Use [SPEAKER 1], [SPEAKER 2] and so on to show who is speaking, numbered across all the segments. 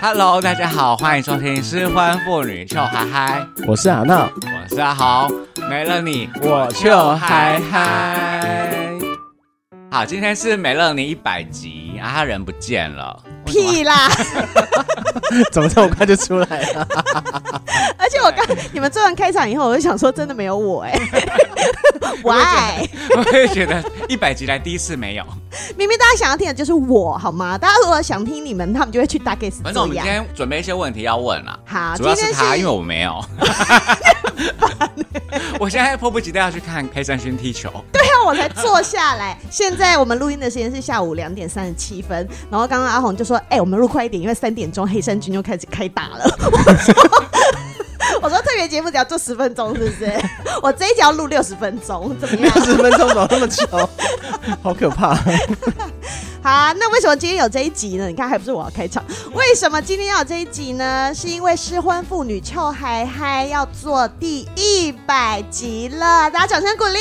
[SPEAKER 1] Hello，大家好，欢迎收听《失婚妇女臭嗨嗨
[SPEAKER 2] 我是阿啊闹，》，
[SPEAKER 1] 我是阿豪，没了你我就嗨嗨。好，今天是没了你一百集啊，他人不见了，为什么
[SPEAKER 3] 屁啦！
[SPEAKER 2] 怎么这么快就出来 了？
[SPEAKER 3] 而且我刚你们做完开场以后，我就想说，真的没有 我哎、Why？
[SPEAKER 1] 我也觉得一百集来第一次没有。
[SPEAKER 3] 明明大家想要听的就是我，好吗？大家如果想听你们，他们就会去打给死
[SPEAKER 1] 反正我
[SPEAKER 3] 这
[SPEAKER 1] 们今
[SPEAKER 3] 样。
[SPEAKER 1] 天准备一些问题要问啦，
[SPEAKER 3] 好，
[SPEAKER 1] 主
[SPEAKER 3] 今
[SPEAKER 1] 要
[SPEAKER 3] 天
[SPEAKER 1] 是他，因为我没有。 我现在迫不及待要去看黑山勋踢球，
[SPEAKER 3] 对啊，我才坐下来。现在我们录音的时间是下午两点三十七分，然后刚刚阿红就说：“哎、我们录快一点，因为三点钟黑山军就开始开打 了。”我说：“我说特别节目只要做十分钟，是不是？我这一集要录六十分钟，怎么样？”
[SPEAKER 2] 二十分钟怎么那么久？ 好可怕！
[SPEAKER 3] 好、啊，那为什么今天有这一集呢？你看，还不是我要开场？为什么今天要有这一集呢？是因为失婚妇女臭嗨嗨要做第一百集了，大家掌声鼓励，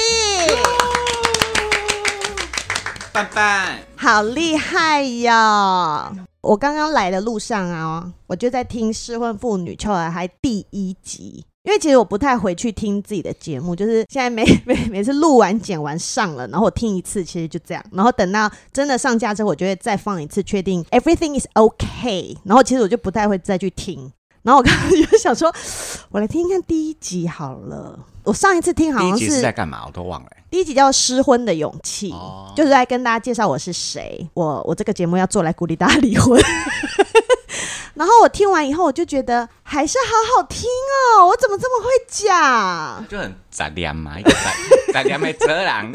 [SPEAKER 1] 范范。
[SPEAKER 3] 好厉害哟！我刚刚来的路上啊，我就在听《失婚妇女臭嗨嗨》第一集。因为其实我不太回去听自己的节目，就是现在每 每每次录完、剪完、上了，然后我听一次，其实就这样。然后等到真的上架之后，我就会再放一次，确定 everything is okay。然后其实我就不太会再去听。然后我刚刚就想说，我来听一看第一集好了。我上一次听好
[SPEAKER 1] 第一
[SPEAKER 3] 像
[SPEAKER 1] 集
[SPEAKER 3] 是
[SPEAKER 1] 是在干嘛？我都忘 了、
[SPEAKER 3] 第一集叫《失婚的勇气》
[SPEAKER 1] 哦
[SPEAKER 3] 就是在跟大家介绍我是谁，我我这个节目要做来鼓励大家离婚。 然后我听完以后，我就觉得还是好好听哦，我怎么这么会 讲？
[SPEAKER 1] 就很杂念嘛，一个杂杂念没责人，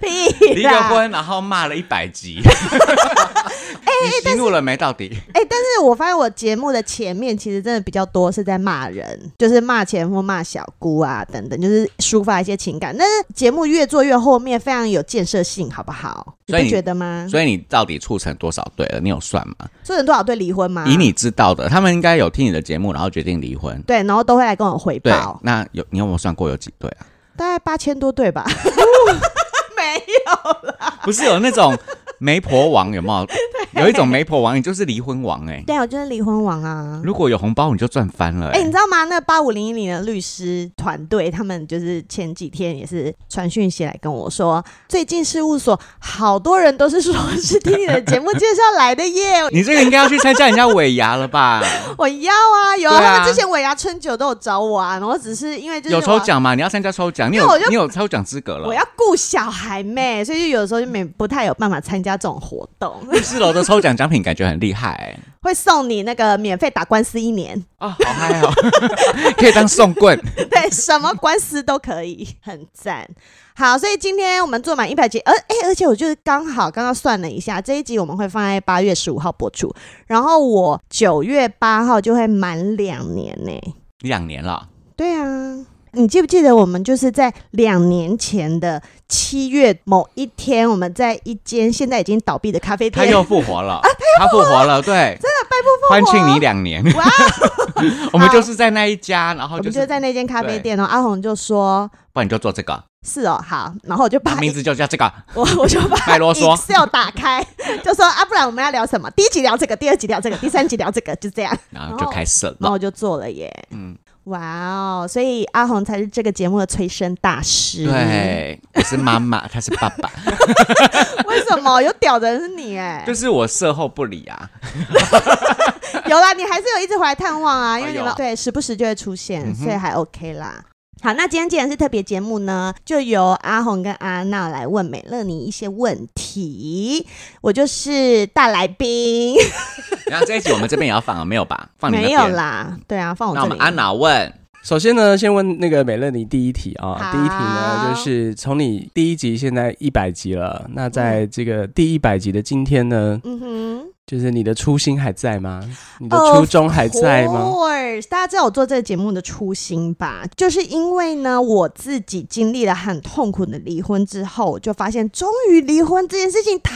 [SPEAKER 3] 屁
[SPEAKER 1] 离了
[SPEAKER 3] 啦！
[SPEAKER 1] 婚然后骂了一百 集，你息怒了没？到底
[SPEAKER 3] 哎、但是我发现我节目的前面其实真的比较多是在骂人，就是骂前夫、骂小姑啊等等，就是抒发一些情感。但是节目越做越后面，非常有建设性，好不好？你
[SPEAKER 1] 所以
[SPEAKER 3] 不
[SPEAKER 1] 你
[SPEAKER 3] 觉得吗？
[SPEAKER 1] 所以你到底促成多少对了？你有算吗？
[SPEAKER 3] 所以人多少对离婚吗？
[SPEAKER 1] 以你知道的，他们应该有听你的节目，然后决定离婚。
[SPEAKER 3] 对，然后都会来跟我汇
[SPEAKER 1] 对
[SPEAKER 3] 报，。
[SPEAKER 1] 那有你有没有算过有几对啊？
[SPEAKER 3] 大概八千多对吧？没有，
[SPEAKER 1] 不是有哦那种媒婆王有没 有？有一种媒婆王，你就是离婚王哎、
[SPEAKER 3] 对啊，我就是离婚王啊。
[SPEAKER 1] 如果有红包，你就赚翻了、
[SPEAKER 3] 哎、
[SPEAKER 1] 欸。
[SPEAKER 3] 你知道吗？那八五零一零的律师团队，他们就是前几天也是传讯息来跟我说，最近事务所好多人都是说是听你的节目介绍来 的耶。
[SPEAKER 1] 你这个应该要去参加人家尾牙了吧？
[SPEAKER 3] 我要啊，有啊，
[SPEAKER 1] 对啊
[SPEAKER 3] 他们之前尾牙春酒都有找我啊，然后只是因为就是
[SPEAKER 1] 有抽
[SPEAKER 3] 我。
[SPEAKER 1] 奖吗？你要参加抽奖，你
[SPEAKER 3] 那
[SPEAKER 1] 有
[SPEAKER 3] 我就
[SPEAKER 1] 你有抽奖资格了。
[SPEAKER 3] 我要顾小孩妹，所以就有时候就没不太有办法参加这种活动，
[SPEAKER 1] 律师楼的抽奖奖品感觉很厉害、欸。
[SPEAKER 3] 会送你那个免费打官司一年。
[SPEAKER 1] 啊、好嗨哦，可以当送棍。
[SPEAKER 3] 对，什么官司都可以， 很赞。好，所以今天我们做满一百集，而哎、而且我就是刚好刚刚算了一下，这一集我们会放在八月十五号播出，然后我九月八号就会满两年呢、
[SPEAKER 1] 两年了，
[SPEAKER 3] 对啊，你记不记得我们就是在两年前的七月某一天，我们在一间现在已经倒闭的咖啡
[SPEAKER 1] 他
[SPEAKER 3] 店，
[SPEAKER 1] 又复活了，
[SPEAKER 3] 啊
[SPEAKER 1] 他复活了，对，真的拜
[SPEAKER 3] 复活
[SPEAKER 1] 欢庆你两年。
[SPEAKER 3] 哇哦
[SPEAKER 1] 我们就是在那一家，然后
[SPEAKER 3] 我
[SPEAKER 1] 就
[SPEAKER 3] 们
[SPEAKER 1] 是，
[SPEAKER 3] 就在那间咖啡店，然后阿红就说
[SPEAKER 1] 不然你就做这个，
[SPEAKER 3] 是哦，好，然后我就把
[SPEAKER 1] 名字就叫这个。
[SPEAKER 3] 我我就把
[SPEAKER 1] 卖啰嗦
[SPEAKER 3] Excel 打开， 就说啊，不然我们要聊什么？第一集聊这个，第二集聊这个，第三集聊这个，就这样。
[SPEAKER 1] 然后就
[SPEAKER 3] 哦
[SPEAKER 1] 开始
[SPEAKER 3] 然
[SPEAKER 1] 了
[SPEAKER 3] 后。我就做了耶，
[SPEAKER 1] 嗯，
[SPEAKER 3] 哇哦！所以阿红才是这个节目的催生大师。，
[SPEAKER 1] 对，我是妈妈，他是爸 爸，
[SPEAKER 3] 为什么有屌的人是你哎？
[SPEAKER 1] 就是我售后不理啊。
[SPEAKER 3] 有啦，你还是有一直回来探望啊，因为你们、
[SPEAKER 1] 有
[SPEAKER 3] 对时不时就会出现，
[SPEAKER 1] 哎嗯哼
[SPEAKER 3] 所以还 OK 啦。好，那今天既然是特别节目呢，就由阿红跟阿娜来问美乐你一些问题。我就是大来宾，
[SPEAKER 1] 然后这一集我们这边也要放啊，没有吧？放你那
[SPEAKER 3] 没
[SPEAKER 1] 边
[SPEAKER 3] 有。啦，对啊，放我
[SPEAKER 1] 那
[SPEAKER 3] 这
[SPEAKER 1] 我
[SPEAKER 3] 里。
[SPEAKER 1] 们安娜问，
[SPEAKER 2] 首先呢，先问那个美乐妮第一题啊，
[SPEAKER 3] 好
[SPEAKER 2] 第一题呢就是从你第一集现在一百集了，那在这个第一百集的今天呢，
[SPEAKER 3] 嗯哼。
[SPEAKER 2] 就是你的初心还在吗？你的初衷还在
[SPEAKER 3] 哦
[SPEAKER 2] 吗？
[SPEAKER 3] Course，大家知道我做这个节目的初心吧？就是因为呢，我自己经历了很痛苦的离婚之后，我就发现终于离婚这件事情太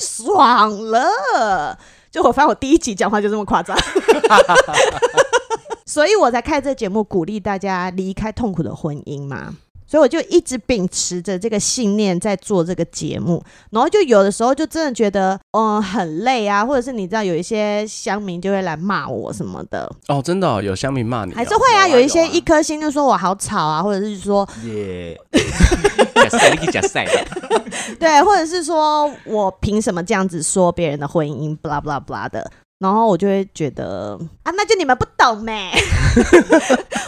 [SPEAKER 3] 爽了。就我发现我第一集讲话就这么夸张， 所以我才开这个节目鼓励大家离开痛苦的婚姻嘛。所以我就一直秉持着这个信念在做这个节目，然后就有的时候就真的觉得，嗯，很累啊，或者是你知道有一些乡民就会来骂我什么的，
[SPEAKER 2] 哦，真的哦、有乡民骂你哦、
[SPEAKER 3] 还是会啊，
[SPEAKER 1] 有啊
[SPEAKER 3] 有一些
[SPEAKER 1] 有啊
[SPEAKER 3] 一颗心就说我好吵啊，或者是说
[SPEAKER 1] 耶，假赛，你去假赛，
[SPEAKER 3] 对，或者是说我凭什么这样子说别人的婚姻，blah blah blah 的，然后我就会觉得啊，那就你们不懂 呗。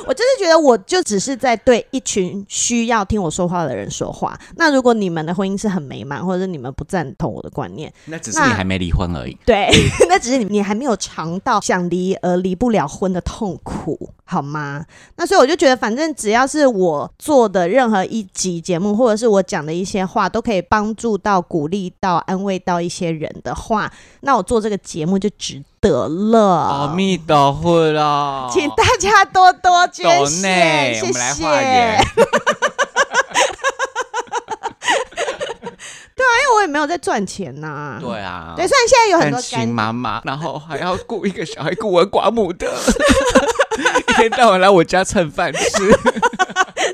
[SPEAKER 3] 我就是觉得，我就只是在对一群需要听我说话的人说话。那如果你们的婚姻是很美满，或者是你们不赞同我的观念，
[SPEAKER 1] 那只是你还没离婚而已。
[SPEAKER 3] 对，
[SPEAKER 1] 嗯
[SPEAKER 3] 那只是你你还没有尝到想离而离不了婚的痛苦，好吗？那所以我就觉得，反正只要是我做的任何一集节目，或者是我讲的一些话，都可以帮助到、鼓励到、安慰到一些人的话，那我做这个节目就值得了。
[SPEAKER 1] 阿弥陀佛啦，
[SPEAKER 3] 哦请大家多多捐
[SPEAKER 1] 抖
[SPEAKER 3] 献，
[SPEAKER 1] 内，我
[SPEAKER 3] 谢
[SPEAKER 1] 们来
[SPEAKER 3] 谢。
[SPEAKER 1] 化缘。
[SPEAKER 3] 因为我也没有在赚钱呐、
[SPEAKER 1] 对啊，
[SPEAKER 3] 对，虽然现在有很
[SPEAKER 1] 单
[SPEAKER 3] 多
[SPEAKER 1] 亲
[SPEAKER 3] 干
[SPEAKER 1] 妈妈，然后还要雇一个小孩孤儿寡母的， 一天到晚来我家蹭饭吃。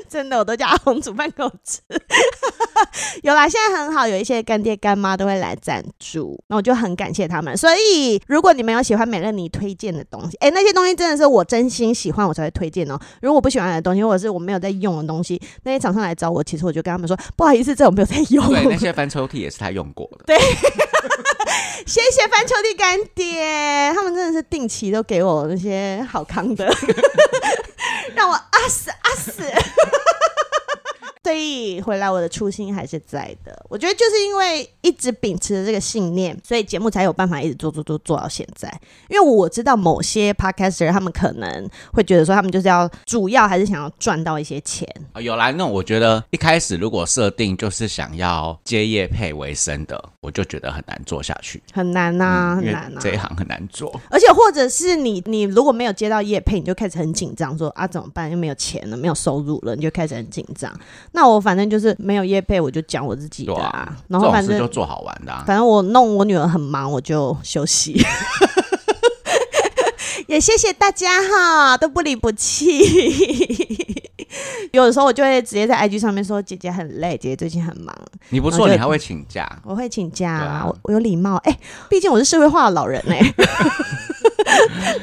[SPEAKER 3] 真的，我都叫阿红煮饭给我吃。 有啦，现在很好，有一些干爹干妈都会来赞助，那我就很感谢他们。所以，如果你们有喜欢美乐妮推荐的东西，哎、那些东西真的是我真心喜欢我才会推荐哦、如果我不喜欢的东西，或者是我没有在用的东西，那些厂商来找我，其实我就跟他们说，不好意思，这我没有在用。
[SPEAKER 1] 对，那些翻抽屉也是他用过的。
[SPEAKER 3] 谢谢翻抽屉干爹，他们真的是定期都给我那些好康的，让我啊死啊死。 所以回来我的初心还是在的，我觉得就是因为一直秉持着这个信念，所以节目才有办法一直做做做做到现在。因为我知道某些 podcaster 他们可能会觉得说，他们就是要主要还是想要赚到一些钱，
[SPEAKER 1] 啊有啦，那我觉得一开始如果设定就是想要接业配为生的，我就觉得很难做下去，
[SPEAKER 3] 很难呐、啊
[SPEAKER 1] 嗯
[SPEAKER 3] 很
[SPEAKER 1] 因为
[SPEAKER 3] 难呐、
[SPEAKER 1] 这一行很难做。
[SPEAKER 3] 而且或者是你你如果没有接到业配，你就开始很紧张，说啊怎么办？又没有钱了，没有收入了，你就开始很紧张。那我反正就是没有业配，我就讲我自己的、
[SPEAKER 1] 对
[SPEAKER 3] 啊
[SPEAKER 1] 啊，
[SPEAKER 3] 然后反
[SPEAKER 1] 这种事
[SPEAKER 3] 正
[SPEAKER 1] 就做好玩的、啊。
[SPEAKER 3] 反正我弄我女儿很忙，我就休息。 也谢谢大家哈，都不离不弃。 有的时候我就会直接在 IG 上面说：“姐姐很累，姐姐最近很忙，
[SPEAKER 1] 你不
[SPEAKER 3] 然后
[SPEAKER 1] 错，
[SPEAKER 3] 就
[SPEAKER 1] 你还会请假。
[SPEAKER 3] 我会请假、
[SPEAKER 1] 对啊
[SPEAKER 3] 我我有礼貌。哎、毕竟我是社会化的老人哎、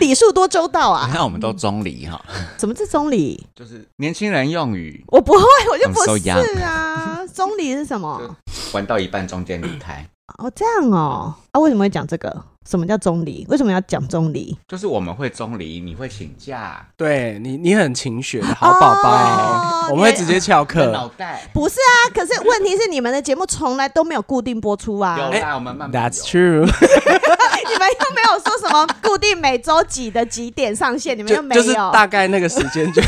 [SPEAKER 3] 礼数多周到啊
[SPEAKER 1] 你。看，我们都中离哈，
[SPEAKER 3] 什么是中理？
[SPEAKER 1] 就是年轻人用语，
[SPEAKER 3] 我不会，我就
[SPEAKER 1] I'm
[SPEAKER 3] 不
[SPEAKER 1] so
[SPEAKER 3] 是啊。中理是什么？
[SPEAKER 1] 玩到一半中间离开，
[SPEAKER 3] 哦，这样哦。啊，为什么会讲这个？什么叫中理？为什么要讲中理？
[SPEAKER 1] 就是我们会中离，你会请假，
[SPEAKER 2] 对你，你很勤学的好宝宝
[SPEAKER 3] 哦，
[SPEAKER 2] 我们会直接翘
[SPEAKER 1] 你的
[SPEAKER 2] 课
[SPEAKER 1] 脑。袋。
[SPEAKER 3] 不是啊，可是问题是你们的节目从来都没有固定播出啊，
[SPEAKER 1] 有
[SPEAKER 3] 你
[SPEAKER 1] 啦，我们慢慢有。
[SPEAKER 2] That's true，
[SPEAKER 3] 们又没有说什么固定每周几的几点上线，你们又
[SPEAKER 2] 就
[SPEAKER 3] 没
[SPEAKER 2] 就是
[SPEAKER 3] 有。。
[SPEAKER 2] 大概那个时间就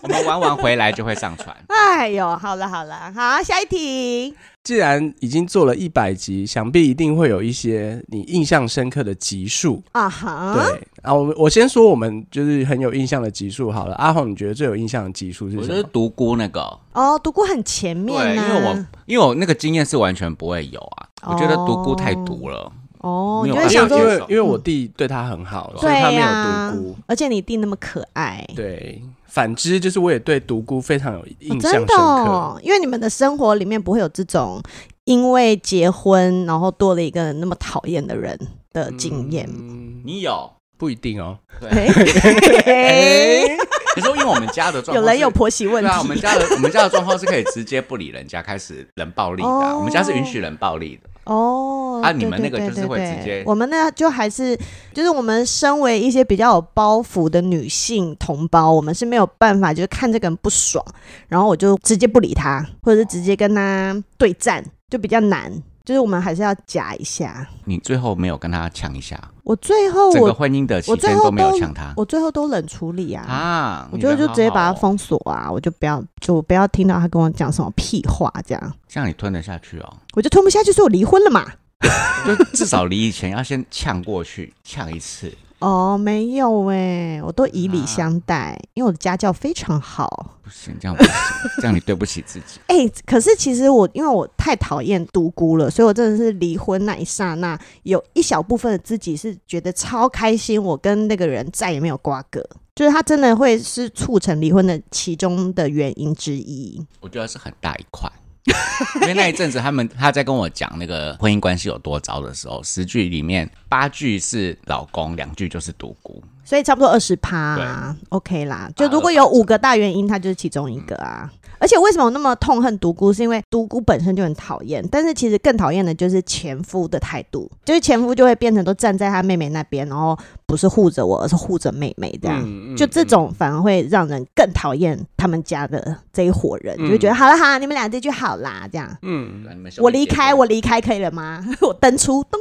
[SPEAKER 1] 我们玩完回来就会上传
[SPEAKER 3] 哎呦，好了好了，好，下一题。
[SPEAKER 2] 既然已经做了一百集，想必一定会有一些你印象深刻的集数。对
[SPEAKER 3] 啊哈，
[SPEAKER 2] 啊，我们我先说我们就是很有印象的集数好了。阿红，你觉得最有印象的集数是
[SPEAKER 1] 我
[SPEAKER 2] 什
[SPEAKER 1] 就是
[SPEAKER 2] 么？
[SPEAKER 1] 独孤那个，
[SPEAKER 3] 哦，独孤很前
[SPEAKER 1] 对，
[SPEAKER 3] 面啊
[SPEAKER 1] 因
[SPEAKER 3] 呢、
[SPEAKER 1] 为我因为我那个经验是完全不会有啊，我觉得独孤太毒了，
[SPEAKER 3] 哦，
[SPEAKER 1] 没
[SPEAKER 3] 你
[SPEAKER 1] 有
[SPEAKER 3] 就
[SPEAKER 1] 我办
[SPEAKER 2] 因
[SPEAKER 3] 会
[SPEAKER 1] 法
[SPEAKER 3] 想
[SPEAKER 2] 为因为
[SPEAKER 3] 说，嗯
[SPEAKER 2] 因为我弟对他很好，所以他
[SPEAKER 3] 对
[SPEAKER 2] 没
[SPEAKER 3] 呀、
[SPEAKER 2] 有独孤。
[SPEAKER 3] 而且你弟那么可爱，
[SPEAKER 2] 对，反之就是我也对独孤非常有
[SPEAKER 3] 哦
[SPEAKER 2] 印象
[SPEAKER 3] 真
[SPEAKER 2] 深
[SPEAKER 3] 的、
[SPEAKER 2] 刻。
[SPEAKER 3] 哦，因为你们的生活里面不会有这种因为结婚然后多了一个那么讨厌的人的哦经验。
[SPEAKER 2] 嗯
[SPEAKER 1] 你有？
[SPEAKER 2] 不一定哦。
[SPEAKER 3] 哎
[SPEAKER 1] 对，
[SPEAKER 3] 嘿嘿
[SPEAKER 1] 你说因为我们家的状况
[SPEAKER 3] 有
[SPEAKER 1] 是
[SPEAKER 3] 人有婆媳问
[SPEAKER 1] 对
[SPEAKER 3] 题，
[SPEAKER 1] 啊，我们家的我们家的状况是可以直接不理人家，开始冷暴力的啊、
[SPEAKER 3] 哦
[SPEAKER 1] 我们家是允许冷暴力的。
[SPEAKER 3] 哦，
[SPEAKER 1] 啊
[SPEAKER 3] 对
[SPEAKER 1] 你们
[SPEAKER 3] 对
[SPEAKER 1] 那个
[SPEAKER 3] 对
[SPEAKER 1] 就是
[SPEAKER 3] 对
[SPEAKER 1] 会
[SPEAKER 3] 对
[SPEAKER 1] 直接
[SPEAKER 3] 我们那就还是就是我们身为一些比较有包袱的女性同胞，我们是没有办法，就是看这个人不爽，然后我就直接不理他，或者是直接跟他对战，就比较难。就是我们还是要夹一下。
[SPEAKER 1] 你最后没有跟他呛一下，
[SPEAKER 3] 我最后
[SPEAKER 1] 整
[SPEAKER 3] 我
[SPEAKER 1] 个婚姻的期
[SPEAKER 3] 我最
[SPEAKER 1] 间
[SPEAKER 3] 后
[SPEAKER 1] 都没有
[SPEAKER 3] 都
[SPEAKER 1] 呛他
[SPEAKER 3] 我最后都冷处理啊。
[SPEAKER 1] 啊！
[SPEAKER 3] 我
[SPEAKER 1] 你
[SPEAKER 3] 觉得
[SPEAKER 1] 人
[SPEAKER 3] 就直接
[SPEAKER 1] 好好
[SPEAKER 3] 把
[SPEAKER 1] 哦
[SPEAKER 3] 他，封锁啊，我就不要，就不要听到他跟我讲什么屁话，这样
[SPEAKER 1] 这样你吞得下去哦。
[SPEAKER 3] 我就吞不下去，所以我离婚了嘛。
[SPEAKER 1] 啊就至少离以前要先呛过去，呛一次，
[SPEAKER 3] 哦，没有哎、我都以礼
[SPEAKER 1] 啊
[SPEAKER 3] 相待，因为我的家教非常好。
[SPEAKER 1] 不行，这样不行，这样你对不起自己。
[SPEAKER 3] 哎、可是其实我因为我太讨厌独孤了，所以我真的是离婚那一刹那，有一小部分的自己是觉得超开心，我跟那个人再也没有瓜葛，就是他真的会是促成离婚的其中的原因之一。
[SPEAKER 1] 我觉得是很大一块。 因为那一阵子，他们他在跟我讲那个婚姻关系有多糟的时候，十句里面八句是老公，两句就是独孤。
[SPEAKER 3] 所以差不多二十趴，OK 啦。就如果有五个大原因，它就是其中一个啊。
[SPEAKER 2] 嗯
[SPEAKER 3] 而且为什么我那么痛恨独孤，是因为独孤本身就很讨厌，但是其实更讨厌的就是前夫的态度，就是前夫就会变成都站在他妹妹那边，然后不是护着我，而是护着妹妹这样。
[SPEAKER 2] 嗯
[SPEAKER 3] 啊就这种反而会让人更讨厌他们家的这一伙人，
[SPEAKER 2] 嗯
[SPEAKER 3] 就会觉得好了好了，你们俩这句好啦，这样
[SPEAKER 2] 嗯，
[SPEAKER 1] 你们兄弟
[SPEAKER 3] 我离开
[SPEAKER 1] 姐妹
[SPEAKER 3] 我离开可以了吗？ 我登出登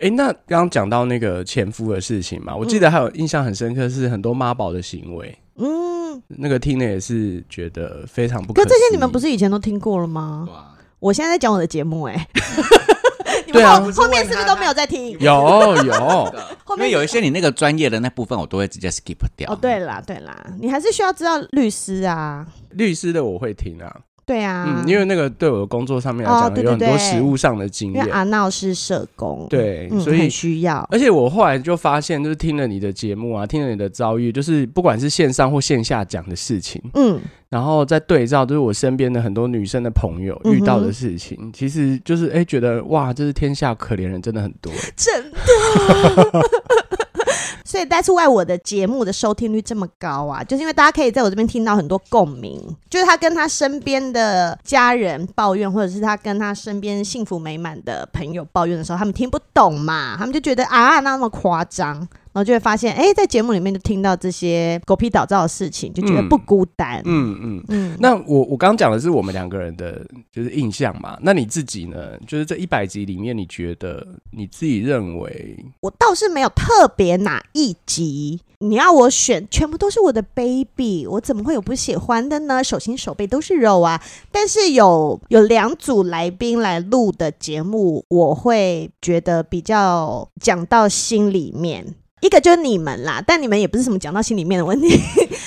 [SPEAKER 2] 哎、那刚刚讲到那个前夫的事情嘛，我记得还有印象很深刻是很多妈宝的行为，
[SPEAKER 3] 嗯，
[SPEAKER 2] 那个听了也是觉得非常不
[SPEAKER 3] 可
[SPEAKER 2] 可。
[SPEAKER 3] 这些你们不？是以前都听过了吗？
[SPEAKER 1] 对啊
[SPEAKER 3] 我现在在讲我的节目、 哎，你
[SPEAKER 2] 对
[SPEAKER 3] 们
[SPEAKER 2] 啊
[SPEAKER 3] 后后面是不是都没有在听？
[SPEAKER 2] 有 有，
[SPEAKER 3] 后
[SPEAKER 1] 因为
[SPEAKER 3] 面
[SPEAKER 1] 有一些你那个专业的那部分，我都会直接 skip 掉。
[SPEAKER 3] 哦，对啦，对啦，你还是需要知道律师啊，
[SPEAKER 2] 律师的我会听啊，
[SPEAKER 3] 对啊，
[SPEAKER 2] 嗯，因为那个对我的工作上面来
[SPEAKER 3] 哦
[SPEAKER 2] 讲，
[SPEAKER 3] 对
[SPEAKER 2] 有
[SPEAKER 3] 对
[SPEAKER 2] 很多
[SPEAKER 3] 对
[SPEAKER 2] 实务上的经
[SPEAKER 3] 因
[SPEAKER 2] 验
[SPEAKER 3] 为。阿闹是社工，，
[SPEAKER 2] 对，
[SPEAKER 3] 嗯，
[SPEAKER 2] 所以
[SPEAKER 3] 很需要，
[SPEAKER 2] 而且我后来就发现，就是听了你的节目啊，听了你的遭遇，就是不管是线上或线下讲的事情，
[SPEAKER 3] 嗯，
[SPEAKER 2] 然后再对照，就是我身边的很多女生的朋友
[SPEAKER 3] 嗯
[SPEAKER 2] 遇到的事情，其实就是哎、觉得哇，这是天下可怜人真的很多。
[SPEAKER 3] 真的。 所以 That's why 我的节目的收听率这么高啊，就是因为大家可以在我这边听到很多共鸣，就是他跟他身边的家人抱怨，或者是他跟他身边幸福美满的朋友抱怨的时候，他们听不懂嘛，他们就觉得啊那么夸张，然后就会发现，哎、在节目里面就听到这些狗屁倒灶的事情，就觉得
[SPEAKER 2] 嗯
[SPEAKER 3] 不孤单。嗯
[SPEAKER 2] 嗯嗯。那我我刚讲的是我们两个人的就是印象嘛，那你自己呢？就是这一百集里面，你觉得你自己认为
[SPEAKER 3] 我倒是没有特别哪一集，你要我选，全部都是我的 baby，我怎么会有不喜欢的呢？手心手背都是肉啊！但是有有两组来宾来录的节目，我会觉得比较讲到心里面。一个就是你们啦，但你们也不是什么讲到心里面的问题，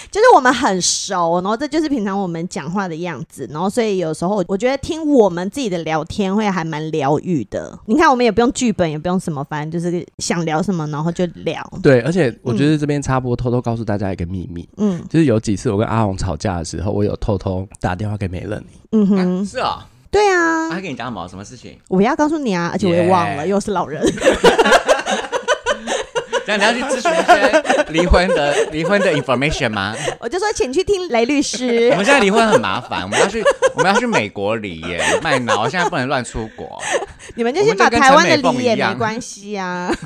[SPEAKER 3] 就是我们很熟，然后这就是平常我们讲话的样子，然后所以有时候我觉得听我们自己的聊天会还蛮疗愈的。你看，我们也不用剧本，也不用什么，反正就是想聊什么，然后就聊。
[SPEAKER 2] 对？而且我觉得这边插播，偷偷告诉大家一个秘密，
[SPEAKER 3] 嗯
[SPEAKER 2] 就是有几次我跟阿红吵架的时候，我有偷偷打电话给美乐妮。
[SPEAKER 3] 嗯
[SPEAKER 1] 啊
[SPEAKER 3] 哼，
[SPEAKER 1] 是啊，
[SPEAKER 3] 对啊，
[SPEAKER 1] 他跟你讲什么什么事情？
[SPEAKER 3] 我要告诉你啊，而且我也忘了
[SPEAKER 1] Yeah
[SPEAKER 3] 又是老人。
[SPEAKER 1] 这样你要去咨询一些离婚的离婚的 information 吗？
[SPEAKER 3] 我就说，请去听雷 律师
[SPEAKER 1] 我。们现在离婚很麻烦，我们要去我们要去美国离耶，卖脑，现在不能乱出国。
[SPEAKER 3] 你们就先把台湾的梨也没关系啊。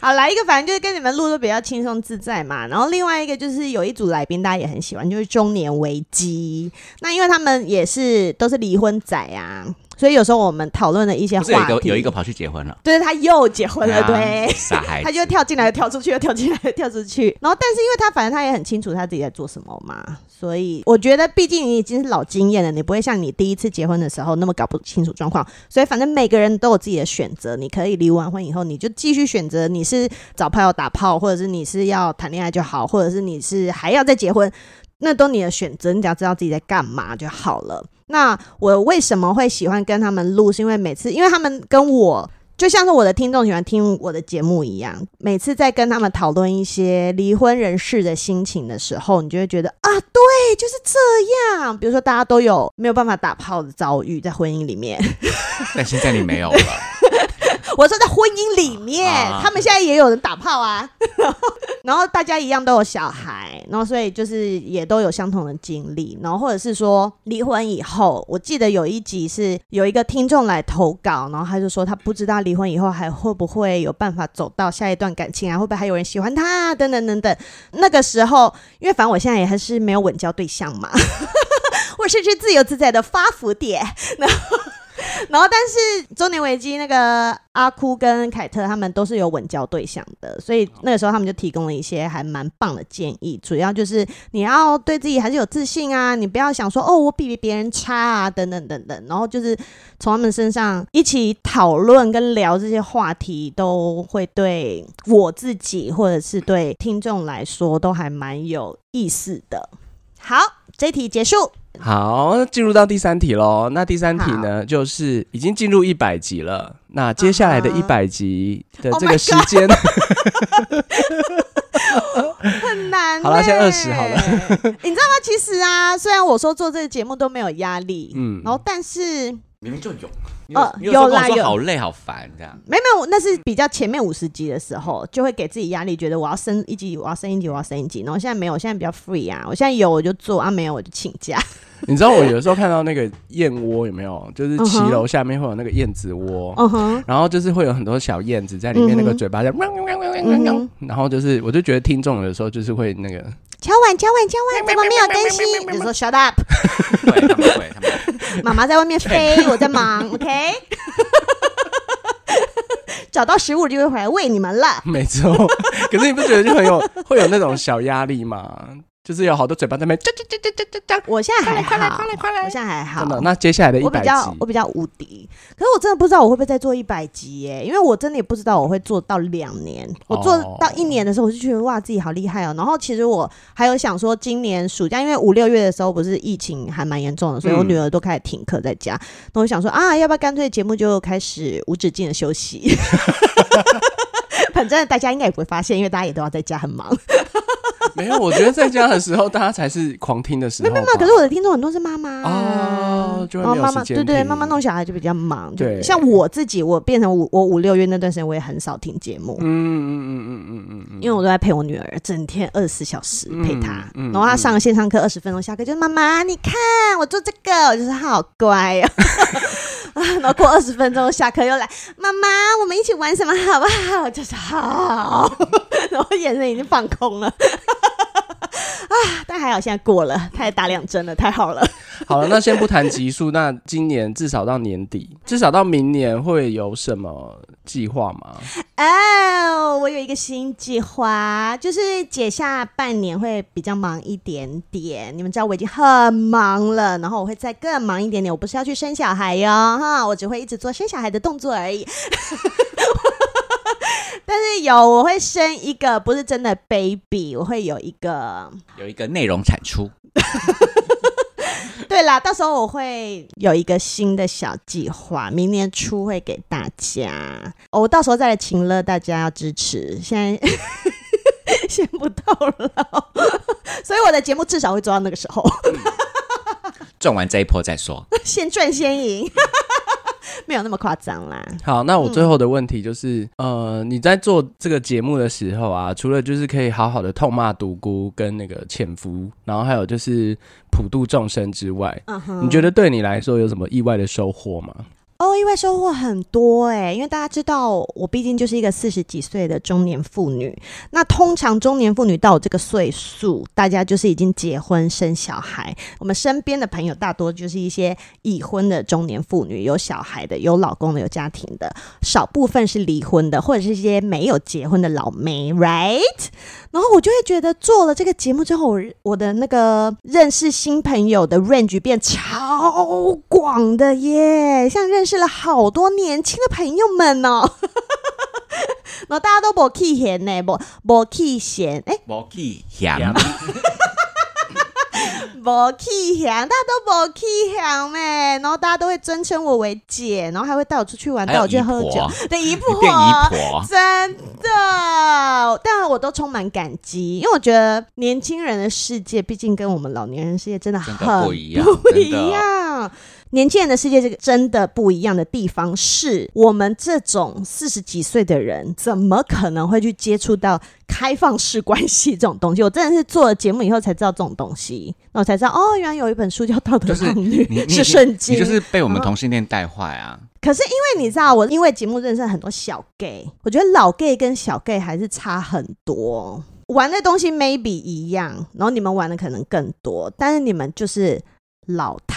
[SPEAKER 3] 好，来一个，反正就是跟你们录的比较轻松自在嘛。然后另外一个就是有一组来宾，大家也很喜欢，就是中年危机。那因为他们也是都是离婚仔啊，所以有时候我们讨论的一些
[SPEAKER 1] 不是
[SPEAKER 3] 话题，
[SPEAKER 1] 有一个有一个，跑去结婚了，
[SPEAKER 3] 对他又结婚了，对
[SPEAKER 1] 啊，傻孩
[SPEAKER 3] 他
[SPEAKER 1] 子。
[SPEAKER 3] 就跳进来，又跳出去，又跳进来，又跳出去。 然后，但是因为他反正他也很清楚他自己在做什么嘛，所以我觉得，毕竟你已经是老经验了，你不会像你第一次结婚的时候那么搞不清楚状况。所以，反正每个人都有自己的选择。你可以离完婚以后，你就继续选择你是找炮友打炮，或者是你是要谈恋爱就好，或者是你是还要再结婚，那都你的选择，你只要知道自己在干嘛就好了。那我为什么会喜欢跟他们录？是因为每次，因为他们跟我就像是我的听众喜欢听我的节目一样，每次在跟他们讨论一些离婚人士的心情的时候，你就会觉得啊，对，就是这样。比如说，大家都有没有办法打炮的遭遇在婚姻里面，
[SPEAKER 1] 但现在你没有了，
[SPEAKER 3] 我说在婚姻里面，
[SPEAKER 1] 啊
[SPEAKER 3] 他们现在也有人打炮啊， 然后大家一样都有小孩，然后所以就是也都有相同的经历，然后或者是说离婚以后，我记得有一集是有一个听众来投稿，然后他就说他不知道离婚以后还会不会有办法走到下一段感情啊，会不会还有人喜欢他啊，等等等等。那个时候，因为反正我现在也还是没有稳交对象嘛。我甚至自由自在的发福点，然后，但是中年危机那个阿哭跟凯特他们都是有稳交对象的，所以那个时候他们就提供了一些还蛮棒的建议，主要就是你要对自己还是有自信啊，你不要想说哦我比别人差啊等等等等，然后就是从他们身上一起讨论跟聊这些话题，都会对我自己或者是对听众来说都还蛮有意思的。好，这题结束。
[SPEAKER 2] 好，那进入到第三题喽。那第三题呢，就是已经进入一百集了。那接下来的
[SPEAKER 3] 啊哈
[SPEAKER 2] 一百集的
[SPEAKER 3] Oh
[SPEAKER 2] 这
[SPEAKER 3] my
[SPEAKER 2] 个时间
[SPEAKER 3] 很难、欸。
[SPEAKER 2] 好啦现在20好了。
[SPEAKER 3] 你知道吗？其实啊，虽然我说做这个节目都没有压力，
[SPEAKER 2] 嗯
[SPEAKER 3] 然后但是
[SPEAKER 1] 明明就有，你
[SPEAKER 3] 呃
[SPEAKER 1] 你有时候
[SPEAKER 3] 有
[SPEAKER 1] 跟
[SPEAKER 3] 啦
[SPEAKER 1] 我说
[SPEAKER 3] 有
[SPEAKER 1] 好累好烦这样，
[SPEAKER 3] 没有没有，那是比较前面五十集的时候，就会给自己压力，觉得我要升一集，我要升一集，我要升一集。然后现在没有，现在比较 free 啊，我现在有我就做啊，没有我就请假。
[SPEAKER 2] 你知道我有时候看到那个燕窝有没有？就是
[SPEAKER 3] 嗯
[SPEAKER 2] 骑
[SPEAKER 3] 哼
[SPEAKER 2] 楼下面会有那个燕子 窝。
[SPEAKER 3] 嗯哼，
[SPEAKER 2] 然后就是会有很多小燕子在里面，
[SPEAKER 3] 嗯哼嗯
[SPEAKER 2] 那个嘴巴在喵喵喵喵喵喵，然后就是我就觉得听众有时候就是会那个，
[SPEAKER 3] 乔婉，乔婉，乔婉，怎么没有更新？你说 shut up，
[SPEAKER 1] 会他们会他们会，
[SPEAKER 3] 妈妈在外面飞，我 在忙，OK 。找到食物就会回来喂你们了。
[SPEAKER 2] 没错。 可是你不觉得就 很有会有那种小压力吗？就是有好多嘴巴在那边，啾啾啾啾啾啾啾
[SPEAKER 3] 我现在还好，
[SPEAKER 2] 快来快来快来
[SPEAKER 3] 我现在还好。
[SPEAKER 2] 真的。那接下来的一
[SPEAKER 3] 我比
[SPEAKER 2] 百集，
[SPEAKER 3] 较我比较无敌，可是我真的不知道我会不会再做一百集耶，因为我真的也不知道我会做到两年。我做到
[SPEAKER 2] 哦
[SPEAKER 3] 一年的时候，我就觉得哇，自己好厉害哦。然后其实我还有想说，今年暑假因为五六月的时候不是疫情还蛮严重的，所以我
[SPEAKER 2] 嗯
[SPEAKER 3] 女儿都开始停课在家。那、我想说啊，要不要干脆节目就开始无止境的休息？ 反正大家应该也不会发现，因为大家也都要在家很忙。
[SPEAKER 2] 没有，我觉得在家的时候，大家才是狂听的时候吧。没有
[SPEAKER 3] 那可是我的听众很多是妈妈
[SPEAKER 2] 哦就会
[SPEAKER 3] 然后
[SPEAKER 2] 没有
[SPEAKER 3] 妈妈
[SPEAKER 2] 时间
[SPEAKER 3] 对对，
[SPEAKER 2] 听
[SPEAKER 3] 妈妈弄小孩就比较忙。就
[SPEAKER 2] 对
[SPEAKER 3] 像我自己，我变成五我五六月那段时间，我也很少听节目。
[SPEAKER 2] 嗯嗯嗯嗯嗯嗯
[SPEAKER 3] 因为我都在陪我女儿，整天二十四小时陪她，
[SPEAKER 2] 嗯嗯
[SPEAKER 3] 然后她上线上课二十分钟，下课就妈妈，你看我做这个，我就是她好 乖哦。 啊然后过二十分钟下课又来，妈妈，我们一起玩什么好不好？就是好， 然后眼神已经放空了。啊，但还好现在过了，她也打两针了，太好了。
[SPEAKER 2] 嗯。好了，那先不谈集数， 那今年至少到年底，至少到明年会有什么计划吗？
[SPEAKER 3] 哦，我有一个新计划，就是姐下半年会比较忙一点点。你们知道我已经很忙了，然后我会再更忙一点点。我不是要去生小孩哟，哈，我只会一直做生小孩的动作而已。 但是有，我会生一个，不是真的 baby，我会有一个。
[SPEAKER 1] 有一个内容产出，
[SPEAKER 3] 对啦，到时候我会有一个新的小计划，明年初会给大家。哦我到时候再来请了大家要支持，现在 先不透露， 所以我的节目至少会做到那个时候，
[SPEAKER 1] 赚完这一波再说。
[SPEAKER 3] 先赚先赢， 没有那么夸张啦。
[SPEAKER 2] 好，那我最后的问题就是，呃，你在做这个节目的时候啊，除了就是可以好好的痛骂独孤跟那个潜伏，然后还有就是普度众生之外，
[SPEAKER 3] 嗯哼，
[SPEAKER 2] 你觉得对你来说有什么意外的收获 吗？
[SPEAKER 3] 哦，意外收获很多哎、因为大家知道，我毕竟就是一个四十几岁的中年妇女。那通常中年妇女到我这个岁数，大家就是已经结婚生小孩。我们身边的朋友大多就是一些已婚的中年妇女，有小孩的，有老公的，有家庭的，少部分是离婚的，或者是一些没有结婚的老妹，right？然后我就会觉得做了这个节目之后，我我的那个认识新朋友的 range 变超广的耶，像认识了好多年轻的朋友们哦。 然后大家都不气闲呢，不不气闲，哎，
[SPEAKER 1] 我去想，
[SPEAKER 3] 不气闲，大家都不气闲哎，然后大家都会尊称我为姐，然后还会带我出去玩，
[SPEAKER 1] 还
[SPEAKER 3] 带
[SPEAKER 1] 有
[SPEAKER 3] 我去喝
[SPEAKER 1] 姨
[SPEAKER 3] 酒
[SPEAKER 1] 婆，
[SPEAKER 3] 对姨
[SPEAKER 1] 你
[SPEAKER 3] 婆，啊
[SPEAKER 1] 变姨婆，啊
[SPEAKER 3] 真的，但我都充满感激，因为我觉得年轻人的世界，毕竟跟我们老年人世界真的
[SPEAKER 1] 真
[SPEAKER 3] 很
[SPEAKER 1] 的不一样，
[SPEAKER 3] 不
[SPEAKER 1] 真
[SPEAKER 3] 一
[SPEAKER 1] 的。
[SPEAKER 3] 样。年轻人的世界，这个真的不一样的地方是，我们这种四十几岁的人，怎么可能会去接触到开放式关系这种东西？我真的是做了节目以后才知道这种东西，那我才知道哦，原来有一本书叫《道德
[SPEAKER 1] 就是
[SPEAKER 3] 浪女
[SPEAKER 1] 你》，你
[SPEAKER 3] 是圣经，
[SPEAKER 1] 你就是被我们
[SPEAKER 3] 嗯
[SPEAKER 1] 同性恋带坏啊！
[SPEAKER 3] 可是因为你知道，我因为节目认识很多小 gay，我觉得老 gay 跟小 gay 还是差很多，玩的东西 maybe 一样，然后你们玩的可能更多，但是你们就是老太。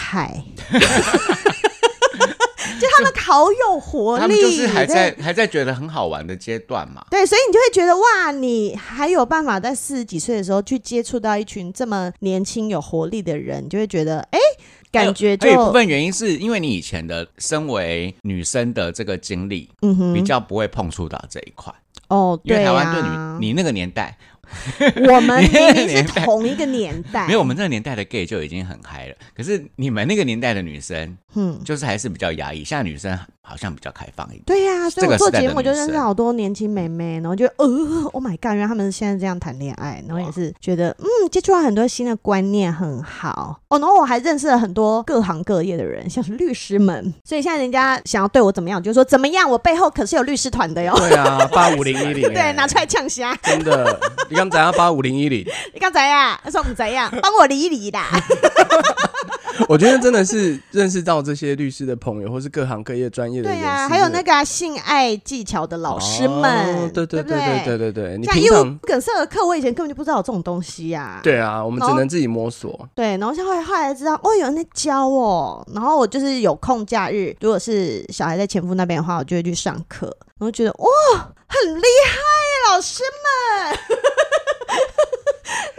[SPEAKER 3] 就他们好有活力，
[SPEAKER 1] 他们就是还在
[SPEAKER 3] 对
[SPEAKER 1] 还在觉得很好玩的阶段嘛。
[SPEAKER 3] 对，所以你就会觉得哇，你还有办法在四十几岁的时候去接触到一群这么年轻有活力的人，你就会觉得哎、感觉
[SPEAKER 1] 还有还有一部
[SPEAKER 3] 就
[SPEAKER 1] 分原因是因为你以前的身为女生的这个经历，
[SPEAKER 3] 嗯哼
[SPEAKER 1] 比较不会碰触到这一块，
[SPEAKER 3] 哦，
[SPEAKER 1] 因为
[SPEAKER 3] 对
[SPEAKER 1] 台湾对女、
[SPEAKER 3] 啊，
[SPEAKER 1] 你那个年代，
[SPEAKER 3] 我们明明是
[SPEAKER 1] 年代
[SPEAKER 3] 同一个年代，
[SPEAKER 1] 没有我们这个年代的 gay 就已经很嗨了，可是你们那个年代的女生
[SPEAKER 3] 嗯，
[SPEAKER 1] 就是还是比较压抑，现在女生好像比较开放一点。
[SPEAKER 3] 对呀、
[SPEAKER 1] 这
[SPEAKER 3] 所以我
[SPEAKER 1] 个
[SPEAKER 3] 做
[SPEAKER 1] 时代
[SPEAKER 3] 节
[SPEAKER 1] 的
[SPEAKER 3] 目就
[SPEAKER 1] 女
[SPEAKER 3] 认识
[SPEAKER 1] 生
[SPEAKER 3] 好多年轻妹妹，然后就呃，Oh my god，原来他们现在这样谈恋爱，然后也是觉得嗯，接触到很多新的观念，很好哦。然后我还认识了很多各行各业的人，像是律师们，所以现在人家想要对我怎么样，我就说怎么样，我背后可是有律师团 的哟。
[SPEAKER 2] 对啊，八五零一零，
[SPEAKER 3] 对，拿出来呛虾，
[SPEAKER 2] 真的，你刚才要八五零一 零，
[SPEAKER 3] 你刚才呀，他说我们怎样，帮我理一理啦。
[SPEAKER 2] 我觉得真的是认识到这些律师的朋友，或是各行各业专业的
[SPEAKER 3] 对
[SPEAKER 2] 人
[SPEAKER 3] 呀、
[SPEAKER 2] 士
[SPEAKER 3] 还有那个啊、性爱技巧的老师们，
[SPEAKER 2] 哦对对
[SPEAKER 3] 对不
[SPEAKER 2] 对对对对对，你
[SPEAKER 3] 像
[SPEAKER 2] 平
[SPEAKER 3] 业务
[SPEAKER 2] 常
[SPEAKER 3] 梗塞的课，啊我以前根本就不知道有这种东西呀、
[SPEAKER 2] 对啊，我们只能自己摸索。
[SPEAKER 3] 对，然后后来后来知道哦，有人在教哦，然后我就是有空假日，如果是小孩在前夫那边的话，我就会去上课，然后觉得哇、很厉害，老师们， 然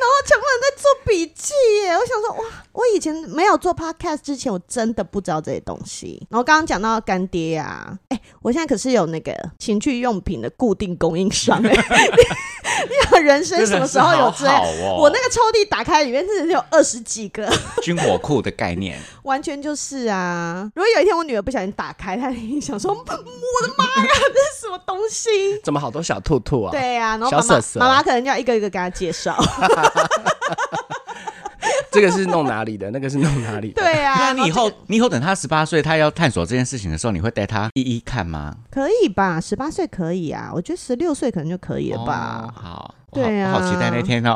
[SPEAKER 3] 后全部人在做笔记耶，我想说哇，我以前没有做 podcast 之前，我真的不知道这些东西。然后刚刚讲到干爹啊，哎，我现在可是有那个情趣用品的固定供应商 哎，你你人生什么时候有这
[SPEAKER 1] 真的是
[SPEAKER 3] 样
[SPEAKER 1] 好？哦？
[SPEAKER 3] 我那个抽屉打开，里面真的是有二十几个，
[SPEAKER 1] 军火库的概念，
[SPEAKER 3] 完全就是啊。如果有一天我女儿不小心打开，她一定想说：“嗯我的妈呀，这是什么东 西
[SPEAKER 2] 怎么好多小兔兔？”啊？
[SPEAKER 3] 对啊，然后
[SPEAKER 2] 小
[SPEAKER 3] 妈妈
[SPEAKER 2] 色色
[SPEAKER 3] 妈妈可能就要一个一个给她介绍。
[SPEAKER 2] 这个是弄哪里的？那个是弄 哪里的？
[SPEAKER 3] 对啊，
[SPEAKER 1] 那
[SPEAKER 3] 然
[SPEAKER 1] 你以
[SPEAKER 3] 这个
[SPEAKER 1] 后你以后等他十八岁，他要探索这件事情的时候，你会带他一一看吗？
[SPEAKER 3] 可以吧？十八岁可以啊，我觉得十六岁可能就可以了
[SPEAKER 1] 哦
[SPEAKER 3] 吧。
[SPEAKER 1] 好，我好
[SPEAKER 3] 对啊
[SPEAKER 1] 我好期待那天哦，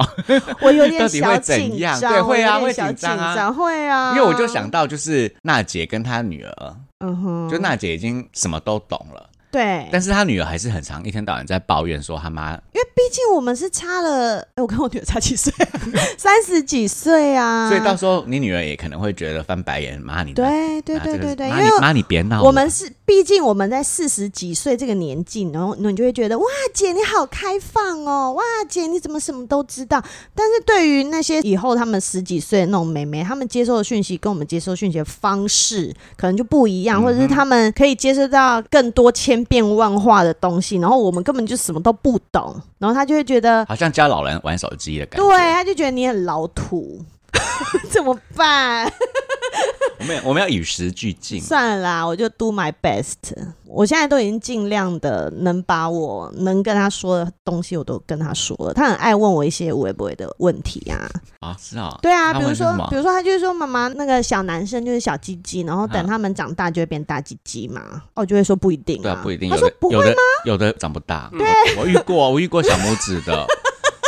[SPEAKER 3] 我有点
[SPEAKER 1] 到底
[SPEAKER 3] 小
[SPEAKER 1] 会
[SPEAKER 3] 紧
[SPEAKER 1] 怎样
[SPEAKER 3] 张，
[SPEAKER 1] 对会啊
[SPEAKER 3] 我
[SPEAKER 1] 会
[SPEAKER 3] 有点小
[SPEAKER 1] 紧张啊
[SPEAKER 3] 张会啊，
[SPEAKER 1] 因为我就想，到就是娜姐跟她女儿，
[SPEAKER 3] 嗯哼，
[SPEAKER 1] 就娜姐已经什么都懂了，
[SPEAKER 3] 对，
[SPEAKER 1] 但是她女儿还是很常一天到晚在抱怨说她妈
[SPEAKER 3] 因为毕竟我们是差了，哎我跟我女儿差几岁，啊 三十几岁啊，
[SPEAKER 1] 所以到时候你女儿也可能会觉得翻白眼，妈你
[SPEAKER 3] 对对
[SPEAKER 1] 啊
[SPEAKER 3] 对
[SPEAKER 1] 这个
[SPEAKER 3] 对对，因
[SPEAKER 1] 妈你
[SPEAKER 3] 为
[SPEAKER 1] 妈你别闹了，
[SPEAKER 3] 我们是，毕竟我们在四十几岁这个年纪，然后你就会觉得哇，姐你好开放哦，哇，姐你怎么什么都知道？但是对于那些以后他们十几岁的那种妹妹，她们接受的讯息跟我们接受讯息的方式可能就不
[SPEAKER 1] 嗯
[SPEAKER 3] 一样，或者是她们可以接受到更多千变万化的东西，然后我们根本就什么都不懂，然后她就会觉得，
[SPEAKER 1] 好像教老人玩手机的感觉。
[SPEAKER 3] 对，她就觉得你很老土， 怎么办？
[SPEAKER 1] 我们我们要与时俱进。
[SPEAKER 3] 算了啦，我就 do my best。我现在都已经尽量的能把我能跟他说的东西，我都跟他说了。他很爱问我一些无微不微的问题啊，
[SPEAKER 1] 啊，是啊，
[SPEAKER 3] 对啊，
[SPEAKER 1] 那
[SPEAKER 3] 比如
[SPEAKER 1] 问
[SPEAKER 3] 说
[SPEAKER 1] 什，么
[SPEAKER 3] 比如说他就是说妈妈那个小男生就是小鸡鸡，然后等
[SPEAKER 1] 啊
[SPEAKER 3] 他们长大就会变大鸡鸡嘛。哦，我就会说不一定、啊，
[SPEAKER 1] 对啊，不一定，
[SPEAKER 3] 他
[SPEAKER 1] 有
[SPEAKER 3] 说
[SPEAKER 1] 的
[SPEAKER 3] 不
[SPEAKER 1] 有
[SPEAKER 3] 会，
[SPEAKER 1] 的有的长不大，我我遇过，我遇过小拇指 的，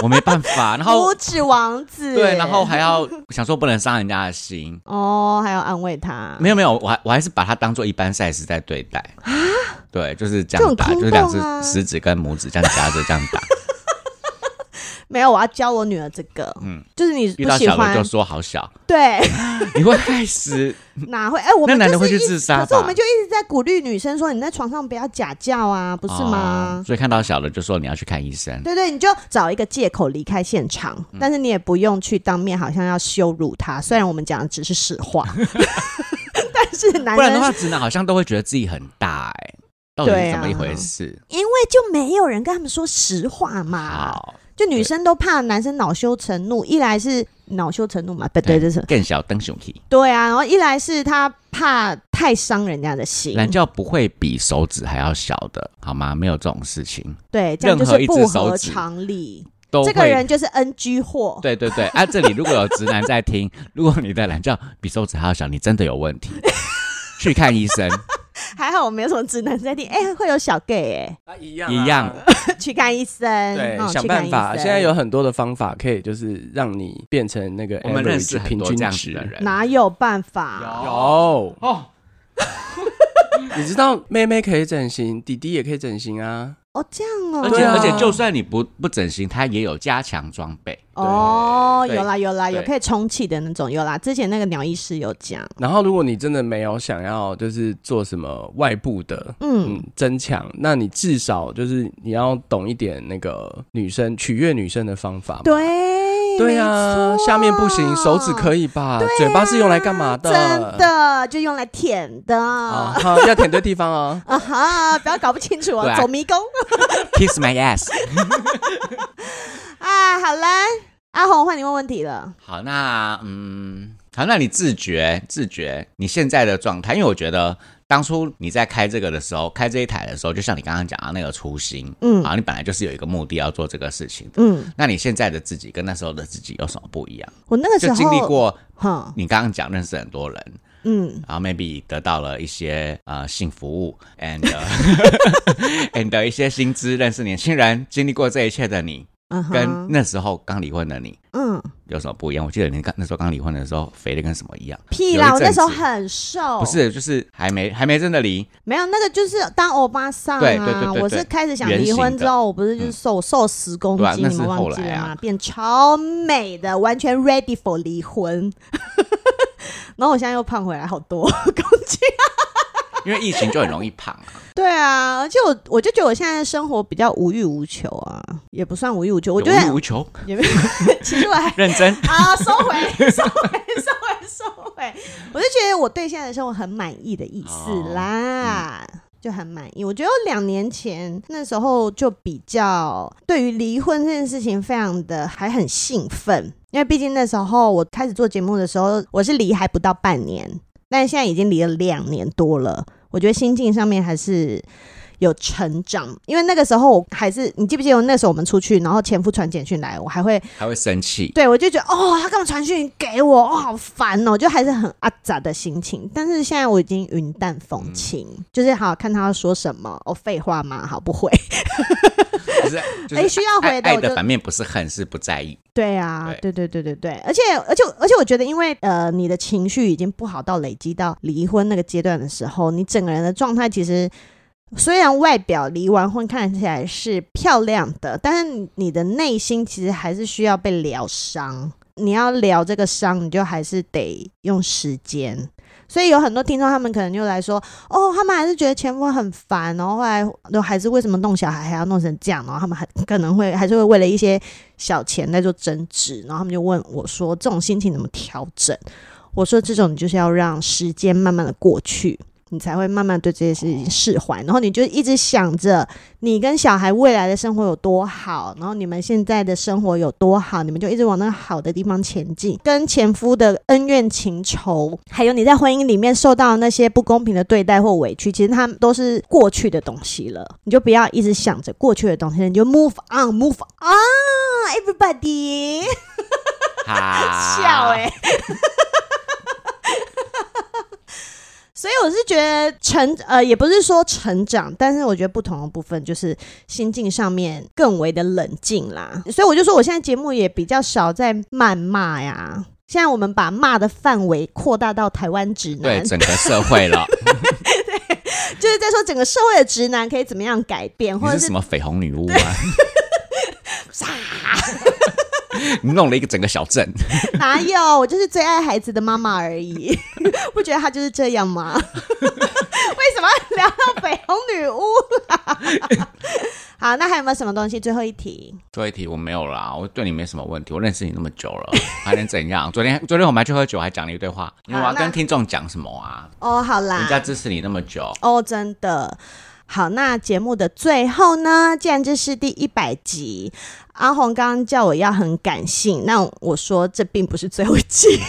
[SPEAKER 1] 我没办法，然后
[SPEAKER 3] 拇指王子
[SPEAKER 1] 对，然后还要想说不能伤人家的心。
[SPEAKER 3] 哦，还要安慰他，
[SPEAKER 1] 没有没有，我还我还是把它当做一般 size 在对待啊。对，就是这样
[SPEAKER 3] 这
[SPEAKER 1] 打，
[SPEAKER 3] 很空
[SPEAKER 1] 就是两只
[SPEAKER 3] 洞啊
[SPEAKER 1] 食指跟拇指这样夹着这样打。
[SPEAKER 3] 没有，我要教我女儿这个，嗯
[SPEAKER 1] 嗯，
[SPEAKER 3] 就是你
[SPEAKER 1] 遇
[SPEAKER 3] 不
[SPEAKER 1] 到
[SPEAKER 3] 喜
[SPEAKER 1] 小的
[SPEAKER 3] 欢
[SPEAKER 1] 就，说好小，
[SPEAKER 3] 对，
[SPEAKER 1] 你会害死
[SPEAKER 3] 哪会？哎、我
[SPEAKER 1] 那
[SPEAKER 3] 们
[SPEAKER 1] 男的
[SPEAKER 3] 就是
[SPEAKER 1] 会
[SPEAKER 3] 一
[SPEAKER 1] 去自杀
[SPEAKER 3] 可是我
[SPEAKER 1] 吧
[SPEAKER 3] 们就一直在鼓励女生说，你在床上不要假叫啊， 不是吗？
[SPEAKER 1] 哦所以看到小的就说你要去看医生。
[SPEAKER 3] 对对，你就找一个借口离开现场，
[SPEAKER 1] 嗯
[SPEAKER 3] 但是你也不用去当面好像要羞辱他。虽然我们讲的只是实 话，但是男
[SPEAKER 1] 不然的
[SPEAKER 3] 人
[SPEAKER 1] 话，直男好像都会觉得自己很大哎、到底
[SPEAKER 3] 对
[SPEAKER 1] 是怎么一
[SPEAKER 3] 啊
[SPEAKER 1] 回事？
[SPEAKER 3] 因为就没有人跟他们说实话嘛，
[SPEAKER 1] 好，
[SPEAKER 3] 就女生都怕男生恼羞成怒，一来是恼羞成怒嘛，对对，这是
[SPEAKER 1] 更小灯熊体，
[SPEAKER 3] 对啊，然后一来是他怕太伤人家的心，
[SPEAKER 1] 懒觉不会比手指还要小的，好吗？没有这种事情，
[SPEAKER 3] 对，这样就
[SPEAKER 1] 任何
[SPEAKER 3] 是
[SPEAKER 1] 一只
[SPEAKER 3] 不
[SPEAKER 1] 手
[SPEAKER 3] 合
[SPEAKER 1] 指
[SPEAKER 3] 常理。
[SPEAKER 1] 都
[SPEAKER 3] 这
[SPEAKER 1] 会。
[SPEAKER 3] 个人就是 NG 货，
[SPEAKER 1] 对对对，啊，这里如果有直男在听， 如果你的懒觉比手指还要小，你真的有问题， 去看医生。
[SPEAKER 3] 还好我没有什么直男在听，哎、会有小 gay
[SPEAKER 2] 啊一样
[SPEAKER 1] 一样。
[SPEAKER 3] 哎、 去看医生，
[SPEAKER 2] 对
[SPEAKER 3] 哦、，
[SPEAKER 2] 想
[SPEAKER 3] 去看
[SPEAKER 2] 办
[SPEAKER 3] 医
[SPEAKER 2] 法。
[SPEAKER 3] 生
[SPEAKER 2] 现在有很多的方法可以，就是让你变成那 个
[SPEAKER 1] 我们认
[SPEAKER 2] average
[SPEAKER 1] 识很
[SPEAKER 2] 平
[SPEAKER 1] 多
[SPEAKER 2] 均
[SPEAKER 1] 这样
[SPEAKER 2] 值
[SPEAKER 1] 子的。人，
[SPEAKER 3] 哪有办法？
[SPEAKER 2] 有，
[SPEAKER 1] 哦，
[SPEAKER 2] 你知道妹妹可以整形，弟弟也可以整形啊。
[SPEAKER 3] 哦，这样哦，
[SPEAKER 1] 而且、
[SPEAKER 2] 对啊
[SPEAKER 1] 而且就算你不不整形，它也有加强装 备。
[SPEAKER 3] 哦，
[SPEAKER 1] 对
[SPEAKER 3] 有啦有啦，
[SPEAKER 1] 对
[SPEAKER 3] 有可以充气的那种，有啦。之前那个鸟医师有讲，
[SPEAKER 2] 然后，如果你真的没有想要就是做什么外部的，
[SPEAKER 3] 嗯，
[SPEAKER 2] 嗯，增强，那你至少就是你要懂一点那个女生取悦女生的方法嘛。
[SPEAKER 3] 对，
[SPEAKER 2] 对
[SPEAKER 1] 啊
[SPEAKER 2] 呀、
[SPEAKER 3] 没错
[SPEAKER 2] 下面不行，手指可以吧？嘴巴是用来干嘛的？
[SPEAKER 3] 真的就用来舔的
[SPEAKER 2] 啊
[SPEAKER 3] 啊。
[SPEAKER 2] 哈，要舔对地方哦
[SPEAKER 3] 哈！不要搞不清楚
[SPEAKER 1] 哦对
[SPEAKER 3] 哦，
[SPEAKER 1] 啊
[SPEAKER 3] 走迷宫
[SPEAKER 1] Kiss my ass。
[SPEAKER 3] 啊！好啦，阿红换你问问题了。
[SPEAKER 1] 好，那嗯，好，那你自觉自觉你现在的状态，因为我觉得当初你在开这个的时候，开这一台的时候，就像你刚刚讲的那个初心，
[SPEAKER 3] 嗯
[SPEAKER 1] 啊，你本来就是有一个目的要做这个事情的。
[SPEAKER 3] 嗯，
[SPEAKER 1] 那你现在的自己跟那时候的自己有什么不一样？
[SPEAKER 3] 我那个时
[SPEAKER 1] 就
[SPEAKER 3] 候
[SPEAKER 1] 经历，过
[SPEAKER 3] 哈，
[SPEAKER 1] 你刚刚讲认识很多人，
[SPEAKER 3] 嗯，
[SPEAKER 1] 然后 maybe 得到了一些呃性服务 and 呃 and 一些薪资，认识年轻人，经历过这一切的你，
[SPEAKER 3] 嗯哼
[SPEAKER 1] 跟那时候刚离婚的你，
[SPEAKER 3] 嗯
[SPEAKER 1] 有什么不一样？我记得你刚那时候刚离婚的时候，肥的跟什么一样？
[SPEAKER 3] 屁
[SPEAKER 1] 有
[SPEAKER 3] 啦，
[SPEAKER 1] 一
[SPEAKER 3] 我那
[SPEAKER 1] 阵
[SPEAKER 3] 时候
[SPEAKER 1] 子
[SPEAKER 3] 很哦瘦，
[SPEAKER 1] 不是，就是还没还没真的离，
[SPEAKER 3] 没有那个就是当欧巴桑啊，
[SPEAKER 1] 对对对对
[SPEAKER 3] 我是
[SPEAKER 1] 对
[SPEAKER 3] 开始想
[SPEAKER 1] 圆
[SPEAKER 3] 离
[SPEAKER 1] 形
[SPEAKER 3] 婚
[SPEAKER 1] 的
[SPEAKER 3] 之后，我不是就是瘦、瘦十公斤，
[SPEAKER 1] 对啊那
[SPEAKER 3] 你
[SPEAKER 1] 是
[SPEAKER 3] 们忘
[SPEAKER 1] 后
[SPEAKER 3] 记
[SPEAKER 1] 来
[SPEAKER 3] 了吗？
[SPEAKER 1] 啊
[SPEAKER 3] 变超美的，完全 ready for 离婚。 然后我现在又胖回来好多公斤。
[SPEAKER 1] 因为疫情就很容易胖啊。
[SPEAKER 3] 对啊，而且我我就觉得我现在的生活比较无欲无求啊，也不算无欲无 求，我觉
[SPEAKER 1] 有欲
[SPEAKER 3] 得
[SPEAKER 1] 无求，
[SPEAKER 3] 也没有。 其实我还
[SPEAKER 1] 认真。
[SPEAKER 3] 啊，收回，收回，收回，收回。我就觉得我对现在的生活很满意的意思啦。就很满意，我觉得我两年前那时候就比较对于离婚这件事情非常的还很兴奋，因为毕竟那时候我开始做节目的时候，我是离还不到半年，但是现在已经离了两年多了，我觉得心境上面还是有成长，因为那个时候我还是你记不记得那时候我们出去，然后前夫传简讯来，我还会
[SPEAKER 1] 还会生气。
[SPEAKER 3] 对，我就觉得哦，他干嘛传讯给我？哦，好烦哦，就还是很阿杂的心情。但是现在我已经云淡风轻，
[SPEAKER 1] 嗯
[SPEAKER 3] 就是好看他要说什么。哦，废话嘛，好不会。
[SPEAKER 1] 就是就
[SPEAKER 3] 哎、
[SPEAKER 1] 是
[SPEAKER 3] 需要
[SPEAKER 1] 爱
[SPEAKER 3] 回
[SPEAKER 1] 爱
[SPEAKER 3] 我就
[SPEAKER 1] 的反面不是恨，是不在意。
[SPEAKER 3] 对啊，对对对对对，而且而且而且，我觉得因为呃，你的情绪已经不好到累积到离婚那个阶段的时候，你整个人的状态其实。虽然外表离完婚看起来是漂亮的，但是你的内心其实还是需要被疗伤。你要疗这个伤，你就还是得用时间。所以有很多听众他们可能就来说，哦，他们还是觉得前夫很烦，然后后来就还是为什么弄小孩还要弄成这样，然后他们还可能会还是会为了一些小钱在做争执，然后他们就问我说：“这种心情怎么调整？”我说：“这种你就是要让时间慢慢的过去，你才会慢慢对这些事情释怀。然后你就一直想着你跟小孩未来的生活有多好，然后你们现在的生活有多好，你们就一直往那个好的地方前进。跟前夫的恩怨情仇，还有你在婚姻里面受到的那些不公平的对待或委屈，其实他们都是过去的东西了。你就不要一直想着过去的东西，你就 move on，move on，everybody。”
[SPEAKER 1] 哈，
[SPEAKER 3] 笑哎、 所以我是觉得成呃，也不是说成长，但是我觉得不同的部分就是心境上面更为的冷静啦。所以我就说，我现在节目也比较少在谩骂呀。现在我们把骂的范围扩大到台湾直
[SPEAKER 1] 对
[SPEAKER 3] 男，
[SPEAKER 1] 整个社会了。
[SPEAKER 3] 就是在说整个社会的直男可以怎么样改变，
[SPEAKER 1] 你
[SPEAKER 3] 或者
[SPEAKER 1] 是
[SPEAKER 3] 是
[SPEAKER 1] 什么绯红女巫吗？啊 你 弄了一个整个小镇，
[SPEAKER 3] 哪有？我就是最爱孩子的妈妈而已， 不觉得她就是这样吗？为什么要聊到绯红女巫啦？ 好，那还有没有什么东西？最后一题，
[SPEAKER 1] 最后一题我没有啦，我对你没什么问题，我认识你那么久 了，还能怎样？昨天昨天我们还去喝酒，还讲了一堆话，因为我要
[SPEAKER 3] 那
[SPEAKER 1] 跟听众讲什么啊？
[SPEAKER 3] 哦，好
[SPEAKER 1] 人家
[SPEAKER 3] 啦，
[SPEAKER 1] 支持你那么久，
[SPEAKER 3] 哦，真的。好，那节目的最后呢？既然这是第一百集，阿红刚刚叫我要很感性，那我说这并不是最后一集。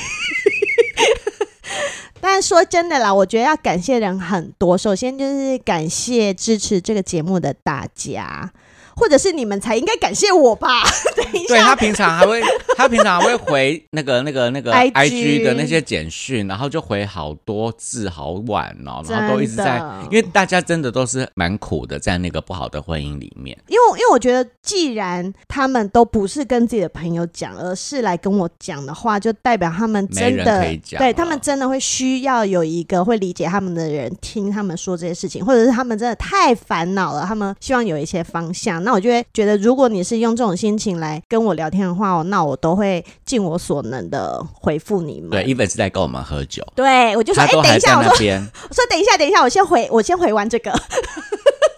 [SPEAKER 3] 但说真的啦，我觉得要感谢人很多。首先就是感谢支持这个节目的大家，或者是你们才应该感谢我吧？等一
[SPEAKER 1] 对
[SPEAKER 3] 下，
[SPEAKER 1] 他平常 还会，他平常还会回那个那个那个
[SPEAKER 3] IG
[SPEAKER 1] IG 的那些简讯，然后就回好多字，好晚哦，然后都一直在
[SPEAKER 3] 真的，
[SPEAKER 1] 因为大家真的都是蛮苦的，在那个不好的婚姻里面。
[SPEAKER 3] 因为我因为我觉得，既然他们都不是跟自己的朋友讲，而是来跟我讲的话，就代表他们真
[SPEAKER 1] 没人
[SPEAKER 3] 的
[SPEAKER 1] 可以讲了
[SPEAKER 3] 对他们真的会需要有一个会理解他们的人听他们说这些事情，或者是他们真的太烦恼了，他们希望有一些方向。那我就会觉得，如果你是用这种心情来跟我聊天的话，那我都会尽我所能的回复你们。
[SPEAKER 1] 对，even 是在跟我们喝酒，
[SPEAKER 3] 对，我就说，
[SPEAKER 1] 他
[SPEAKER 3] 哎、
[SPEAKER 1] 都
[SPEAKER 3] 等
[SPEAKER 1] 还
[SPEAKER 3] 一
[SPEAKER 1] 在
[SPEAKER 3] 下，我说
[SPEAKER 1] 那 边。
[SPEAKER 3] 我说等一下，等一下，我先回，我先回完这个。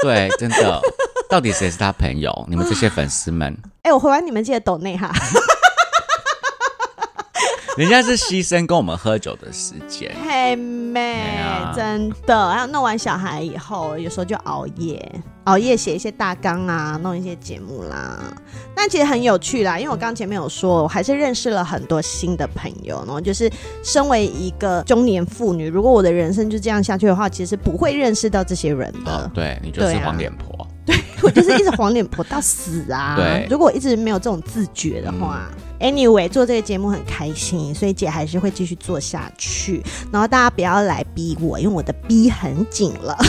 [SPEAKER 1] 对，真的，到底谁是他朋友？你们这些粉丝 们，
[SPEAKER 3] 哎、我回完你们记得抖内哈。
[SPEAKER 1] 人家是牺牲跟我们喝酒的时间。
[SPEAKER 3] 嘿妹，
[SPEAKER 1] 呀
[SPEAKER 3] 真的，还有弄完小孩以后，有时候就熬夜，熬夜写一些大纲啊，弄一些节目啦。但其实很有趣啦，因为我刚前面有说，我还是认识了很多新的朋友。然后就是，身为一个中年妇女，如果我的人生就这样下去的话，其实不会认识到这些人
[SPEAKER 1] 哦
[SPEAKER 3] 的，。
[SPEAKER 1] 对你就是
[SPEAKER 3] 对啊
[SPEAKER 1] 黄脸婆。
[SPEAKER 3] 我就是一直黄脸婆到死啊！
[SPEAKER 1] 对
[SPEAKER 3] 如果我一直没有这种自觉的话。Anyway，做这个节目很开心，所以姐还是会继续做下去。然后大家不要来逼我，因为我的逼很紧了。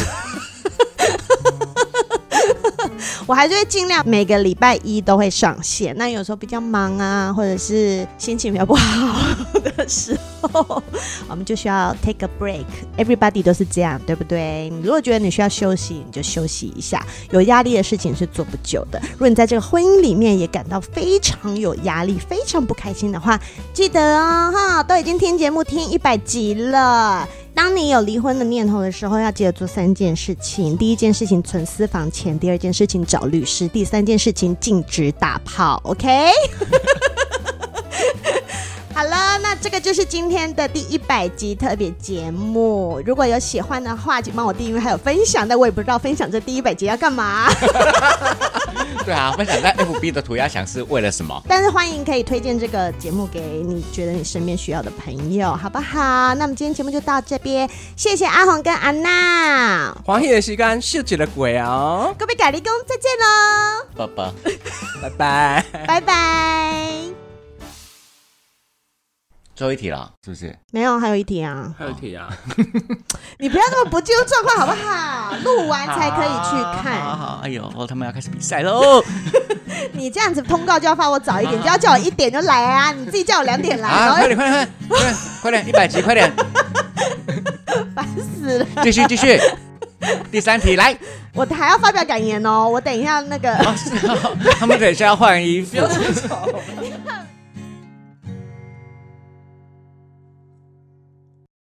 [SPEAKER 3] 我还是会尽量每个礼拜一都会上线。那有时候比较忙啊，或者是心情比较不好的时候，我们就需要 take a break。Everybody 都是这样，对不对？你如果觉得你需要休息，你就休息一下。有压力的事情是做不久的。如果你在这个婚姻里面也感到非常有压力、非常不开心的话，记得哦，哈，都已经听节目听一百集了。当你有离婚的念头的时候，要记得做三件事情：第一件事情存私房钱，第二件事情找律师，第三件事情禁止打炮。OK。好了，那这个就是今天的第一百集特别节目。如果有喜欢的话，请帮我订阅还有分享。但我也不知道分享这第一百集要干嘛，
[SPEAKER 1] 对啊，分享在 FB 的涂鸦墙是为了什么？
[SPEAKER 3] 但是欢迎可以推荐这个节目给你觉得你身边需要的朋友，好不好？那么今天节目就到这边，谢谢阿红跟安娜，
[SPEAKER 2] 黄奕的时间是几的鬼哦，
[SPEAKER 3] 各位咖喱公再见喽，
[SPEAKER 1] 啵啵。
[SPEAKER 2] 拜拜。
[SPEAKER 3] 拜拜。
[SPEAKER 1] 最后一题了，是不是？
[SPEAKER 3] 没有，还有一题啊，
[SPEAKER 2] 还有题啊，
[SPEAKER 3] 你不要那么不进入状况好不好？录完才可以去
[SPEAKER 1] 好
[SPEAKER 3] 看，
[SPEAKER 1] 好，哎呦，他们要开始比赛 喽！
[SPEAKER 3] 你这样子通告就要发我早一点，就要叫我一点就来啊，你自己叫我两点来，
[SPEAKER 1] 啊，快
[SPEAKER 3] 然后
[SPEAKER 1] 点，快点，快点，快点，一百集，快点，
[SPEAKER 3] 烦死了。
[SPEAKER 1] 继续，继续。第三题来，
[SPEAKER 3] 我还要发表感言哦，我等一下那个。
[SPEAKER 1] 他们等一下要换衣服。
[SPEAKER 2] 不要这么吵。